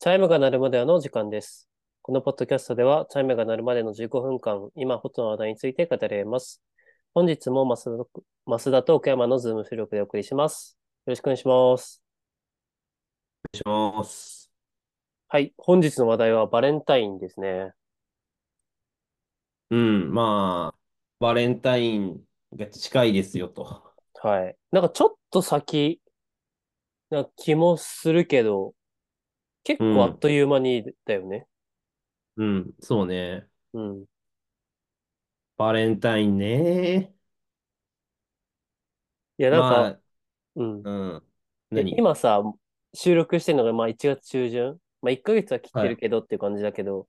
チャイムが鳴るまでの時間です。このポッドキャストでは、チャイムが鳴るまでの15分間、今ホットな話題について語り合います。本日も増田と増田と奥山のズーム収録でお送りします。よろしくお願いします。お願いします。はい、本日の話題はバレンタインですね。うん、まあ、バレンタインが近いですよと。はい。なんかちょっと先な気もするけど、結構あっという間にだよね。うん、そうね。うん。バレンタインね。いや、なんか、まあ、うん。うん。で何今さ、収録してるのがまあ1月中旬。まあ1ヶ月は切ってるけどっていう感じだけど、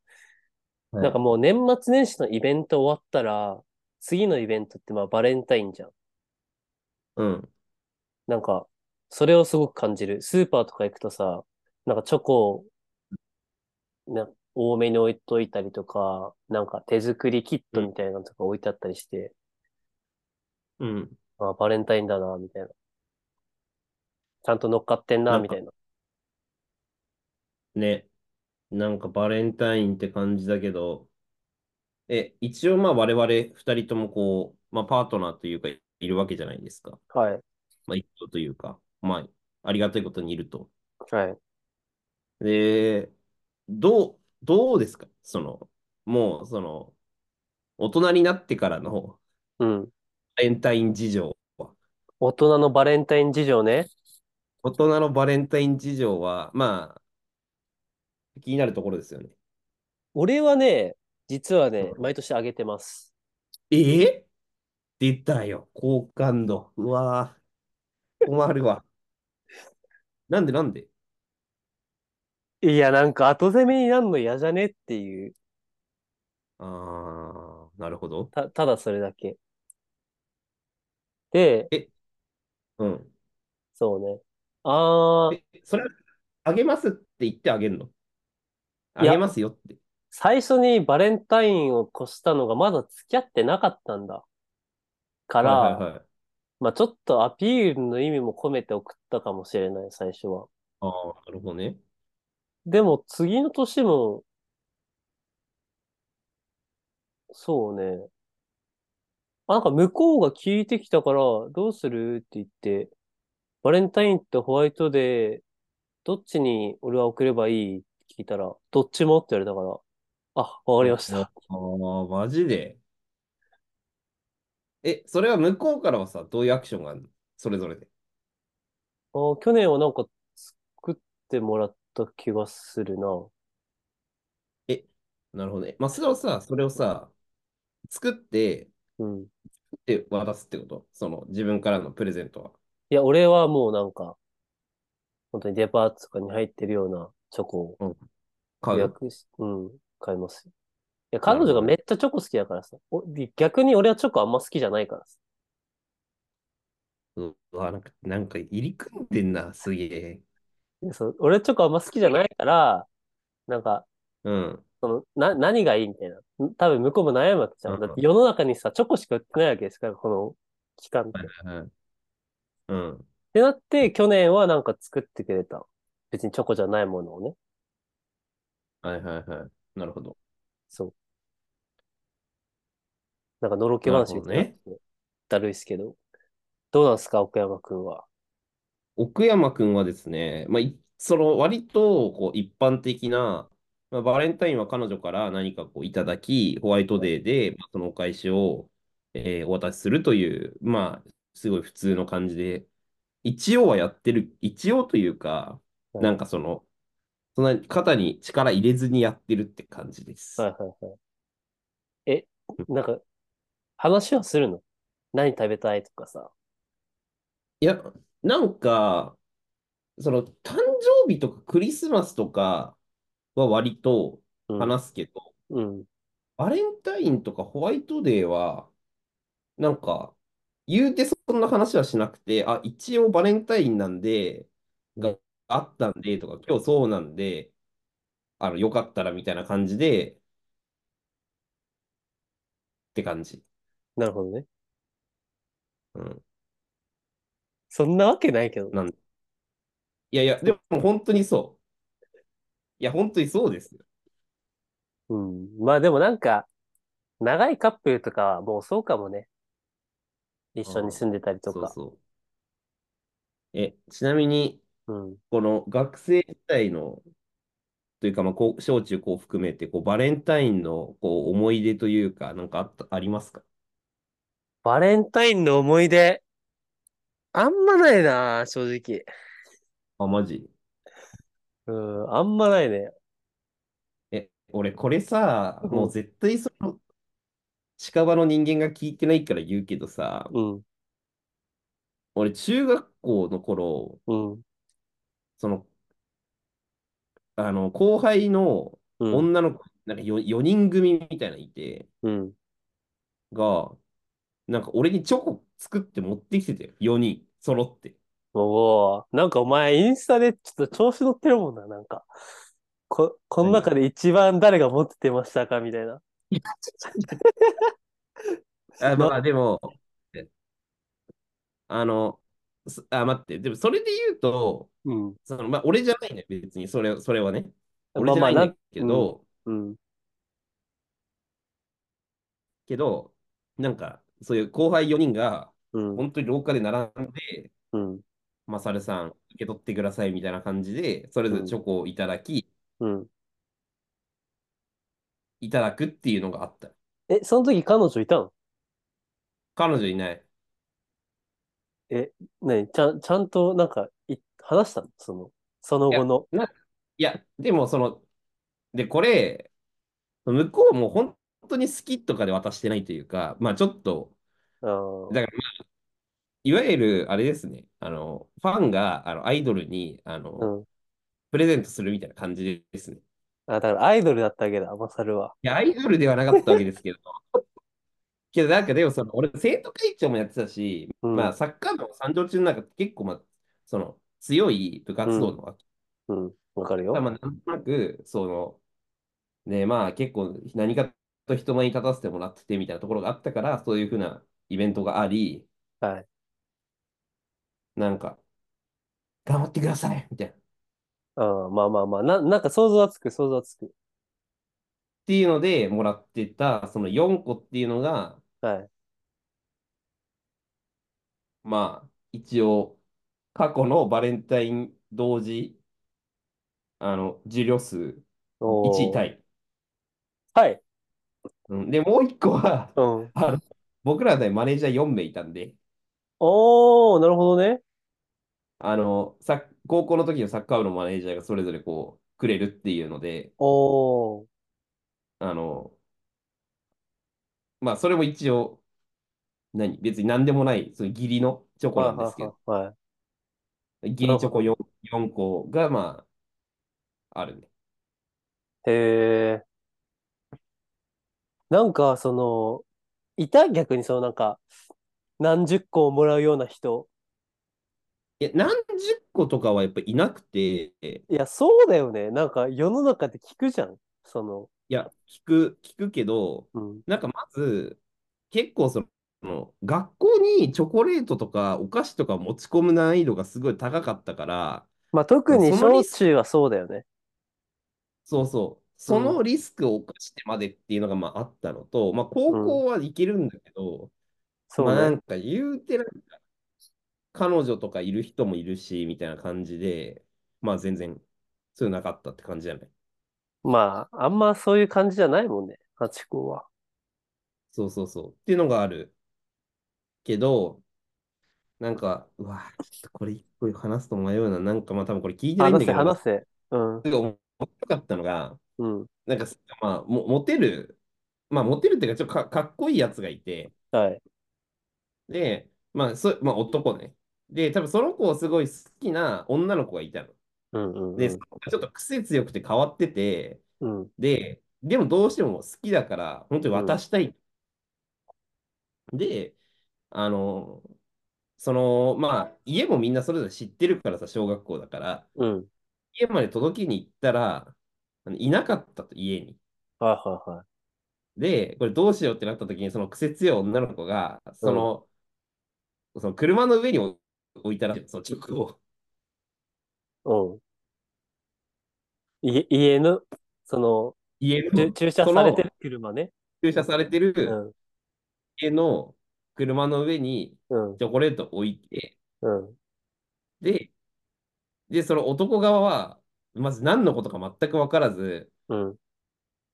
はいなんかもう年末年始のイベント終わったら、次のイベントってまあバレンタインじゃん。うん。なんか、それをすごく感じる。スーパーとか行くとさ、なんかチョコをな多めに置いといたりとか、なんか手作りキットみたいなのとか置いてあったりして、うん。あバレンタインだな、みたいな。ちゃんと乗っかってんな、なんかみたいな。ね。なんかバレンタインって感じだけど、え、一応まあ我々二人ともこう、まあパートナーというかいるわけじゃないですか。はい。まあ一緒というか、まあありがたいことにいると。はい。で、どう、どうですかその、もう、その、大人になってからのうん。バレンタイン事情は、大人のバレンタイン事情ね。大人のバレンタイン事情は、まあ、気になるところですよね。俺はね、実はね、うん毎年あげてます。ええ出たよ、好感度。うわぁ、困るわ。 なんでなんでいや、なんか後攻めになんの嫌じゃねっていう、あー、なるほど。た、ただそれだけ。で、うん。そうね。あー、え、それ、あげますって言ってあげるのあいやげますよって。最初にバレンタインを越したのがまだ付き合ってなかったんだ。かはいはいら、はい。まあちょっとアピールの意味も込めて送ったかもしれない、最初は。あー、なるほどね。でも次の年も、そうね。あなんか向こうが聞いてきたから、どうするって言って、バレンタインとホワイトデー、どっちに俺は送ればいいって聞いたら、どっちもって言われたから、あ、わかりましあた。あー、マジで。え、それは向こうからはさ、どういうアクションがあるのそれぞれで。あ去年はなんか作ってもらった気がするな。なるほどね。まあ、それをさ、それをさ、作って、うん。いで、渡すってことその、自分からのプレゼントは。や、俺はもうなんか、本当にデパートとかに入ってるようなチョコを買予う。約し、うん、買いますよ。いや、な彼るほど女がめっちゃチョコ好きだからさ。お逆に俺はチョコあんま好きじゃないからさ。うん、うわ、なんか、なんか入り組んでんな、すげえ。でそう俺チョコあんま好きじゃないから、なんか、うん。その、な、何がいいみたいな。ん多分向こうも悩むわけじゃん。うんだって世の中にさ、チョコしか売ってないわけですから、この期間って。っうん。うん。てなって、去年はなんか作ってくれた。別にチョコじゃないものをね。はいはいはい。なるほど。そう。なんかのろけ話みたいになっててだるいっすけど。どうなんすか、奥山くんは。奥山くんはですね、まあ、いその割とこう一般的な、まあ、バレンタインは彼女から何かこういただき、ホワイトデーで、まあ、そのお返しを、えーお渡しするという、まあ、すごい普通の感じで、一応はやってる、一応というか、はいなんかその、そんなに肩に力入れずにやってるって感じです。はいはいはい。え、なんか、話はするの何食べたいとかさ。いや、なんか、その誕生日とかクリスマスとかは割とうん。話すけど、うん。バレンタインとかホワイトデーは、なんか、言うてそんな話はしなくて、あ、一応バレンタインなんで、があったんでとか、今日そうなんで、あの、よかったらみたいな感じで、って感じ。なるほどね。うん。そんなわけないけど。いやいや、でも本当にそいや、本当にそうですよ。うん。まあでもなんか、長いカップルとかはもうそうかもね。一緒に住んでたりとそうか。そう。え、ちなみに、うん。この学生時代の、というか、まあ、こう、小中高含めて、こう、バレンタインの、こう、思い出というか、なんかあった、ありますかバレンタインの思い出、あんまないな、正直。あ、マジ。うん、あんまないね。え、俺、これさ、う。もうん絶対、その、近場の人間が聞いてないから言うけどさ、うん。俺、中学校の頃、うん。その、あの、後輩のうん。女の子、なんかよ4、人組みたいなのいて、うん。が、なんか俺にチョコ作って持ってきてたよ。4人、揃って。おお、なんかお前インスタでちょっと調子乗ってるもんな、なんか。こ、この何中がで一番誰が持っててましたかみたいな。いやあ、まな、あでも、あの、すあ、待って、でもそれで言うと、うん。その、まあ俺じゃないね、別に、それ、それはね。ま俺あじゃまなあ、ないんだん、けうん、ど、うん、けど、なんか、そういう後輩4人が、うん、本当に廊下で並んで、うん、マサルさん、受け取ってくださいみたいな感じで、それうぞれチん、ョコをいただき、うん。いただくっていうのがあった。え、その時彼女いたの彼女いない。え、なに、ちゃん、ちゃんとなんか、い、話したのその、そのい後や、の。な、いや、でもその、で、これ、向こうも本当に好きとかで渡してないというか、まあちょっと、あーだから、いわゆる、あれですね、あの、ファンが、あの、アイドルに、あうの、ん。プレゼントするみたいな感じですね。いあ、だからアイドルだったわけだ、マサルは。や、アイドルではなかったわけですけど、 けどなんかでもその、俺、生徒会長もやってたし、うまあ、ん、サッカー部の三条中なんか結構、まあ、その、強い部う活動ん、のわけ。うん。わかるまあ、よ。なんとなく、その、ね、まあ結構何かと人前に立たせてもらっててみたいなところがあったから、そういうふうなイベントがあり、はい。なんか、頑張ってくださいみたいな。っあーまあまあまあ、な、なんか想像はつく、想像はつく。ていうので、もらってた、その4個っていうのが、はい。まあ、一応、過去のバレンタイン同時、あの、受領数1位おター。イ。はい。うん、で、もう1個は、うん。あの、僕らでマネージャー4名いたんで、おー、なるほどね。あの、さ、高校の時のサッカー部のマネージャーがそれぞれこう、くれるっていうので、おー。あの、まあ、それも一応、何、別に何でもない、その義理のチョコはいなんですけはいはいはい。ど、な義る理チほョど。コ4、4個が、まあ、あるね。へえ。なんか、その、いた逆にそのなんか、何十個をもらうような人。え、何十個とかはやっぱいなくて、いいや、そうだよね。なんか、世の中って聞くじゃん。その、や、聞く、聞くけど、うん。なんかまず、結構その、その学校にチョコレートとかお菓子とか持ち込む難易度がすごい高かったから、まあ、特にそのリ小スク、中はそうだよね。そうそうう、そん、のリスクを冒してまでっていうのがまああったのと、まあう高ん。校はいけるんだけど、そまうあなね。んか言うてなんか彼女とかいる人もいるし、みたいな感じで、まあ全然、そういうのなかったって感じじゃない。まあ、あんまそういう感じじゃないもんね。ハチ公は。そうそうそう。っていうのがあるけど、なんか、うわぁ、ちょっとこれ一個話すと迷うな。なんかまあ多分これ聞いてないん話だせ、けど、なんか話すせ。うん、ごい面白かったのが、うん。なんかまあ、もモテる、まあモテるっていうか、ちょっとか、かっこいいやつがいて、はい。で、まあ、そ、まあ男ね。で、多分その子をすごい好きな女の子がいたの。うんうで、んうそん。の子がちょっと癖強くて変わってて、うん、で、でもどうしても好きだから、本当にうん、渡したい。で、あの、その、まあ、家もみんなそれぞれ知ってるからさ、小学校だから、うん。家まで届けに行ったら、あのいなかったと、家に。はいはいはい。で、これどうしようってなった時に、その癖強い女の子が、うそん。の、その車の上に置いたらしいの、そのチョコを。うん。い家の、その、家の、駐駐車されてる車ね。駐車されてうるん、家の車の上にうん、チョコレート置いて、うん。で、で、その男側は、まず何のことか全く分からず、うん。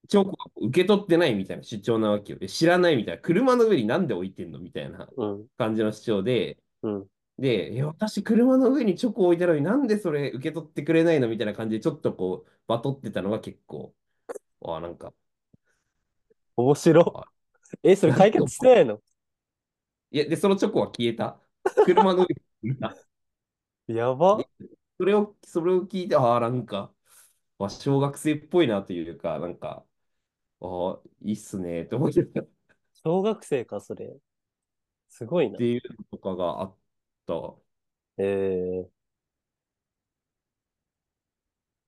チョコを受け取ってないみたいな主張なわけよ。で知らないみたいな。車の上になんで置いてんのみたいなうん。感じの主張で、うん。で、え、私、車の上にチョコ置いてあるのに、なんでそれ受け取ってくれないのみたいな感じで、ちょっとこう、バトってたのが結構、あなんか、面白。え、それ解決してないのいや、で、そのチョコは消えた。車の上に消えた。やば。それを、それを聞いて、ああ、なんか、わ小学生っぽいなというか、なんか、ああ、いいっすね、って思ってたっ小学生か、それ。すごいなて。いうのとかがあったえー、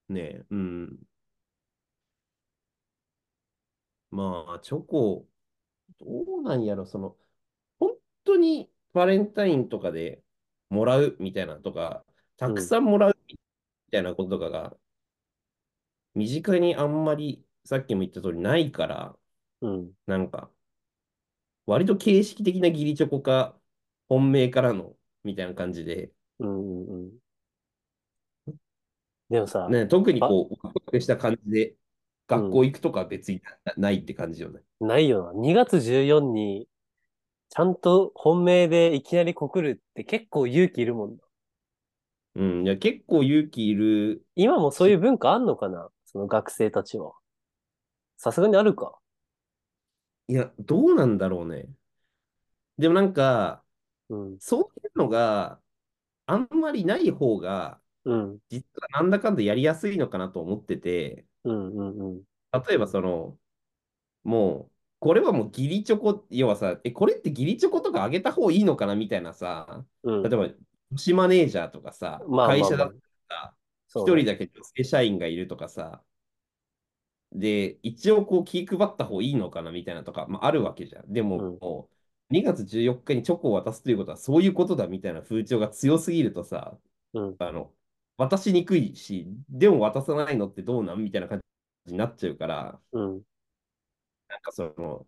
ね。うん。まあ、チョコ、どうなんやろ、その、本当にバレンタインとかでもらうみたいなのとか、たくさんもらうみたいなこととかが、身近にあんまり、さっきも言った通りないから、うん。なんか、割と形式的な義理チョコか、本命からの、みたいな感じで、うんうんうん。でもさ、ね、特にこう、ワクワクした感じで、学校行くとかは別になないって感じよね。ないよな。2月14に、ちゃんと本命でいきなり告るって結構勇気いるもんな。うん、いや、結構勇気いる。今もそういう文化あんのかなその学生たちは。さすがにあるか。いや、どうなんだろうね。でもなんか、うん。そういうのがあんまりない方が、うん。実はなんだかんだやりやすいのかなと思ってて、うんうんうん。例えばその、もう、これはもう義理チョコ、要はさ、え、これって義理チョコとかあげた方がいいのかなみたいなさ、うん。例えば、女子マネージャーとかさ、まあ会ま社あだまあったら、そう一ね人だけ女性社員がいるとかさ、で、一応こう気配った方がいいのかなみたいなとか、まあ、あるわけじゃん。でうんも、もう2月14日にチョコを渡すということはそういうことだみたいな風潮が強すぎるとさ、うんあの、渡しにくいし、でも渡さないのってどうなんみたいな感じになっちゃうから、うん。なんかその、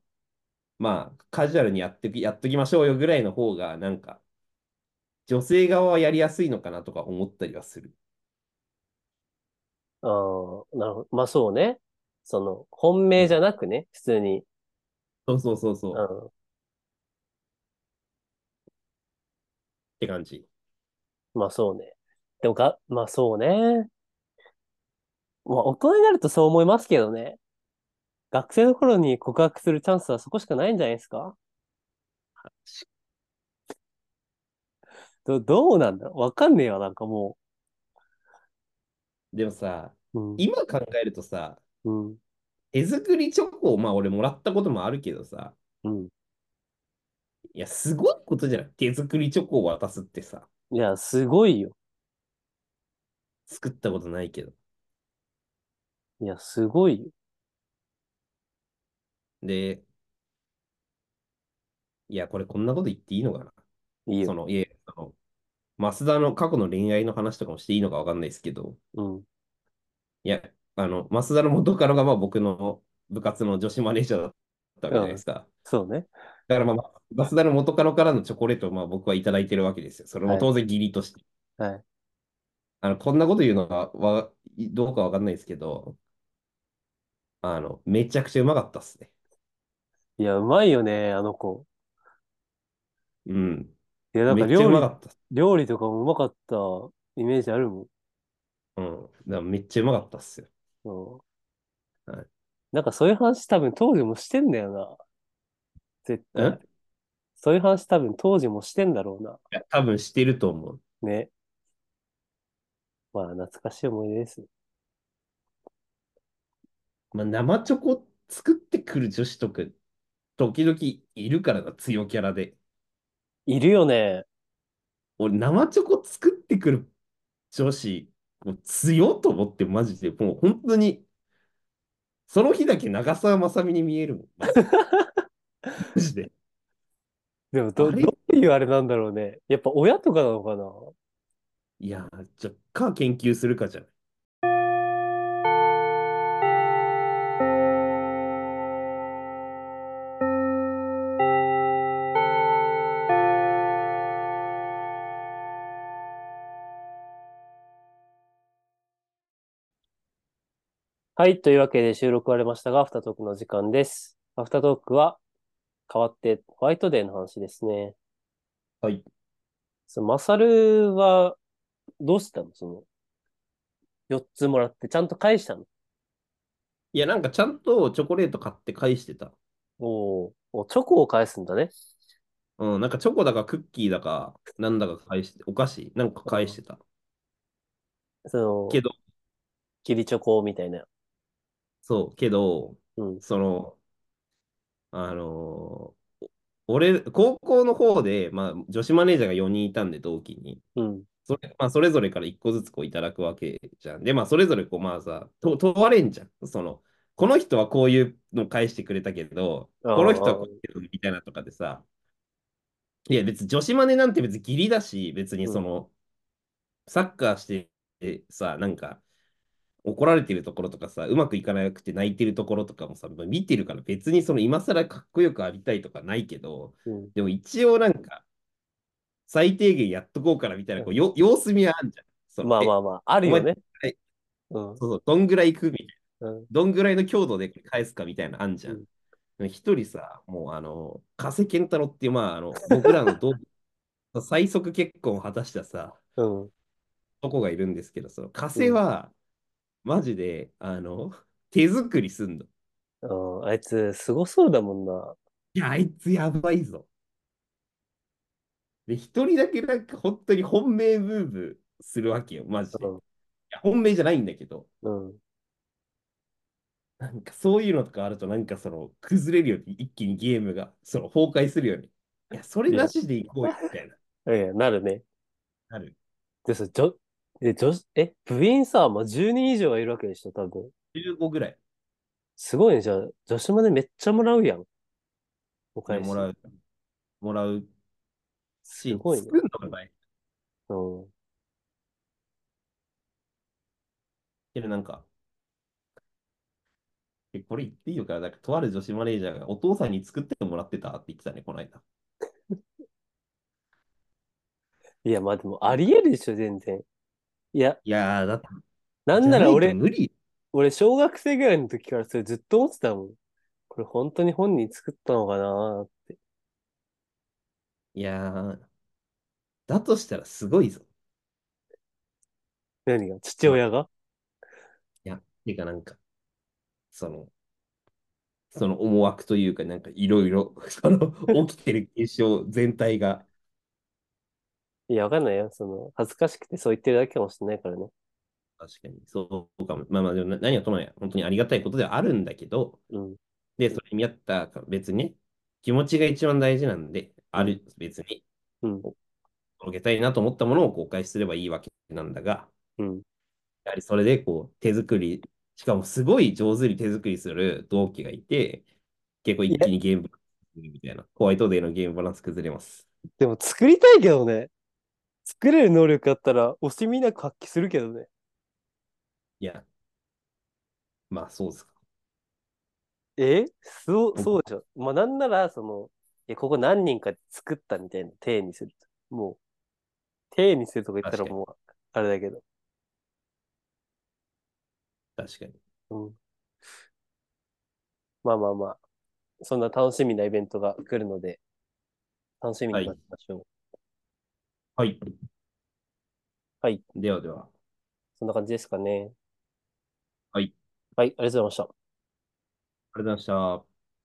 まあ、カジュアルにやってき、やっときましょうよぐらいの方が、なんか、女性側はやりやすいのかなとか思ったりはする。ああ、なるほど。まあそうね。その、本命じゃなくね、普通に。そうそうそうそうう。っん。て感じ。まあそうね。でもが、まあそうね。まあ大人になるとそう思いますけどね。学生の頃に告白するチャンスはそこしかないんじゃないですかど、どうなんだろうわかんねえわ、なんかもでもさ、う。うん。今考えるとさ、うん。手作りチョコを、まあ俺もらったこともあるけどさ、うん。いや、すごいことじゃない。手作りチョコを渡すってさ、いや、すごいよ。作ったことないけど。いや、すごいよ。で、いや、これこんなこと言っていいのかないいそよ。の、いえ、あの、増田の過去の恋愛の話とかもしていいのかわかんないですけど、うん。いや、あの、増田の元カノがまあ僕の部活の女子マネージャーだったわけじゃないですか。そうね。だからまあ、増田の元カノからのチョコレートをまあ僕はいただいてるわけですよ。それも当然義理として。はい。あの、こんなこと言うのは、わ、どうかわかんないですけど、あの、めちゃくちゃうまかったっすね。いや、うまいよね、あの子。うん。いや、なんかめっちゃ料うまか理、ったっす。料理とかもうまかったイメージあるもん。うん。だからめっちゃうまかったっすよ。うん。はいなんかそういう話多分当時もしてんだよな。絶対ん。そういう話多分当時もしてんだろうな。いや多分してると思う。ね。まあ、懐かしい思い出です。まあ、生チョコ作ってくる女子とか、時々いるからな、強キャラで。いるよね。俺、生チョコ作ってくる女子、もう強っと思って、マジで、もう本当に、その日だけ長澤まさみに見えるもん。マジでマジで。でもど、あれどういうあれなんだろうね。やっぱ親とかなのかないやー、じゃあ、か研究するかじゃない。はい。というわけで収録終わりましたが、アフタートークの時間です。アフタートークは、変わってホワイトデーの話ですね。はい。そのマサルは、どうしてたのその、4つもらって、ちゃんと返したのいや、なんかちゃんとチョコレート買って返してた。おーお、チョコを返すんだね。うん、なんかチョコだかクッキーだか、なんだか返して、お菓子、なんか返してた。その、けど、キリチョコみたいな。そう、けど、うん。その、あのー俺、高校の方で、まあ、女子マネージャーが4人いたんで、同期に。うん。それ、まあ、それぞれから1個ずつこういただくわけじゃん。で、まあ、それぞれこう、まあさ、と問われんじゃん。その、この人はこういうの返してくれたけど、あーこの人はこういうのみたいなとかでさ、いや、別に女子マネなんて別に義理だし、別にその、サッカーしてさ、なんか、怒られてるところとかさ、うまくいかなくて泣いてるところとかもさ、見てるから別にその今更かっこよくありたいとかないけど、うん。でも一応なんか、最低限やっとこうからみたいな、こう、よ様子見はあんじゃん。そのまあえまあまあ、あるよね。はいうん。そうそう、どんぐらい行くみたいうんな、どんぐらいの強度で返すかみたいなのあんじゃうんん。でも一人さ、もうあの、加瀬健太郎っていう、まあ、あの、僕らの同 最速結婚を果たしたさ、うん。男がいるんですけど、その加瀬は、マジで、あの、手作りすんの。うん。あいつ、すごそうだもんな。いや、あいつやばいぞ。で、一人だけなんか本当に本命ムーブするわけよ、マジで。いうんや本命じゃないんだけど、うん。なんかそういうのとかあると、なんかその崩れるように一気にゲームがその崩壊するように。いや、それなしでいこうよ、みたいな。ええ、なるね。なる。で、そ、じょ、で、女子、え、部員さ、まあ、10人以上はいるわけでしょ、多分。 15ぐらいすごいね、じゃあ、女子までめっちゃもらうやん。お返し。もらう。もらうし、すごいね作るのが大変うん。けどなんか、えこれ言っていいのかな、なんかとある女子マネージャーがお父さんに作ってもらってたって言ってたね、この間。いや、まあでも、ありえるでしょ、全然。いや、いやー、だって、なんならじゃ俺ない、と無理。俺、小学生ぐらいの時からそれずっと思ってたもん。これ本当に本人作ったのかないやー、だとしたらすごいぞ。何が父親がいや、てかなんか、その、その思惑というか、なんかいろいろ、 その起きてる現象全体が、いや、わかんないよ。その、恥ずかしくてそう言ってるだけかもしれないからね。確かにそうかも。まあまあ、でもな何はともや、本当にありがたいことではあるんだけど、うん。で、それに見合ったか別にね、気持ちが一番大事なんで、ある、別に、うん。届けたいなと思ったものを公開すればいいわけなんだが、うん。やはりそれでこう手作り、しかもすごい上手に手作りする同期がいて、結構一気にゲームバランス崩れるみたいな、ホワイトデーのゲームバランス崩れます。でも作りたいけどね。作れる能力あったら惜しみなく発揮するけどね。いや、まあそうですか。えそう、そうでしょ。まあ、なんなら、その、いやここ何人かで作ったみたいな、体にすると。もう、体にするとか言ったら確かもう、あれだけど。確かに。うん。まあまあまあ、そんな楽しみなイベントが来るので、楽しみに待ちましょう。はい。はい。ではでは。そんな感じですかね。はい。はい、ありがとうございました。ありがとうございました。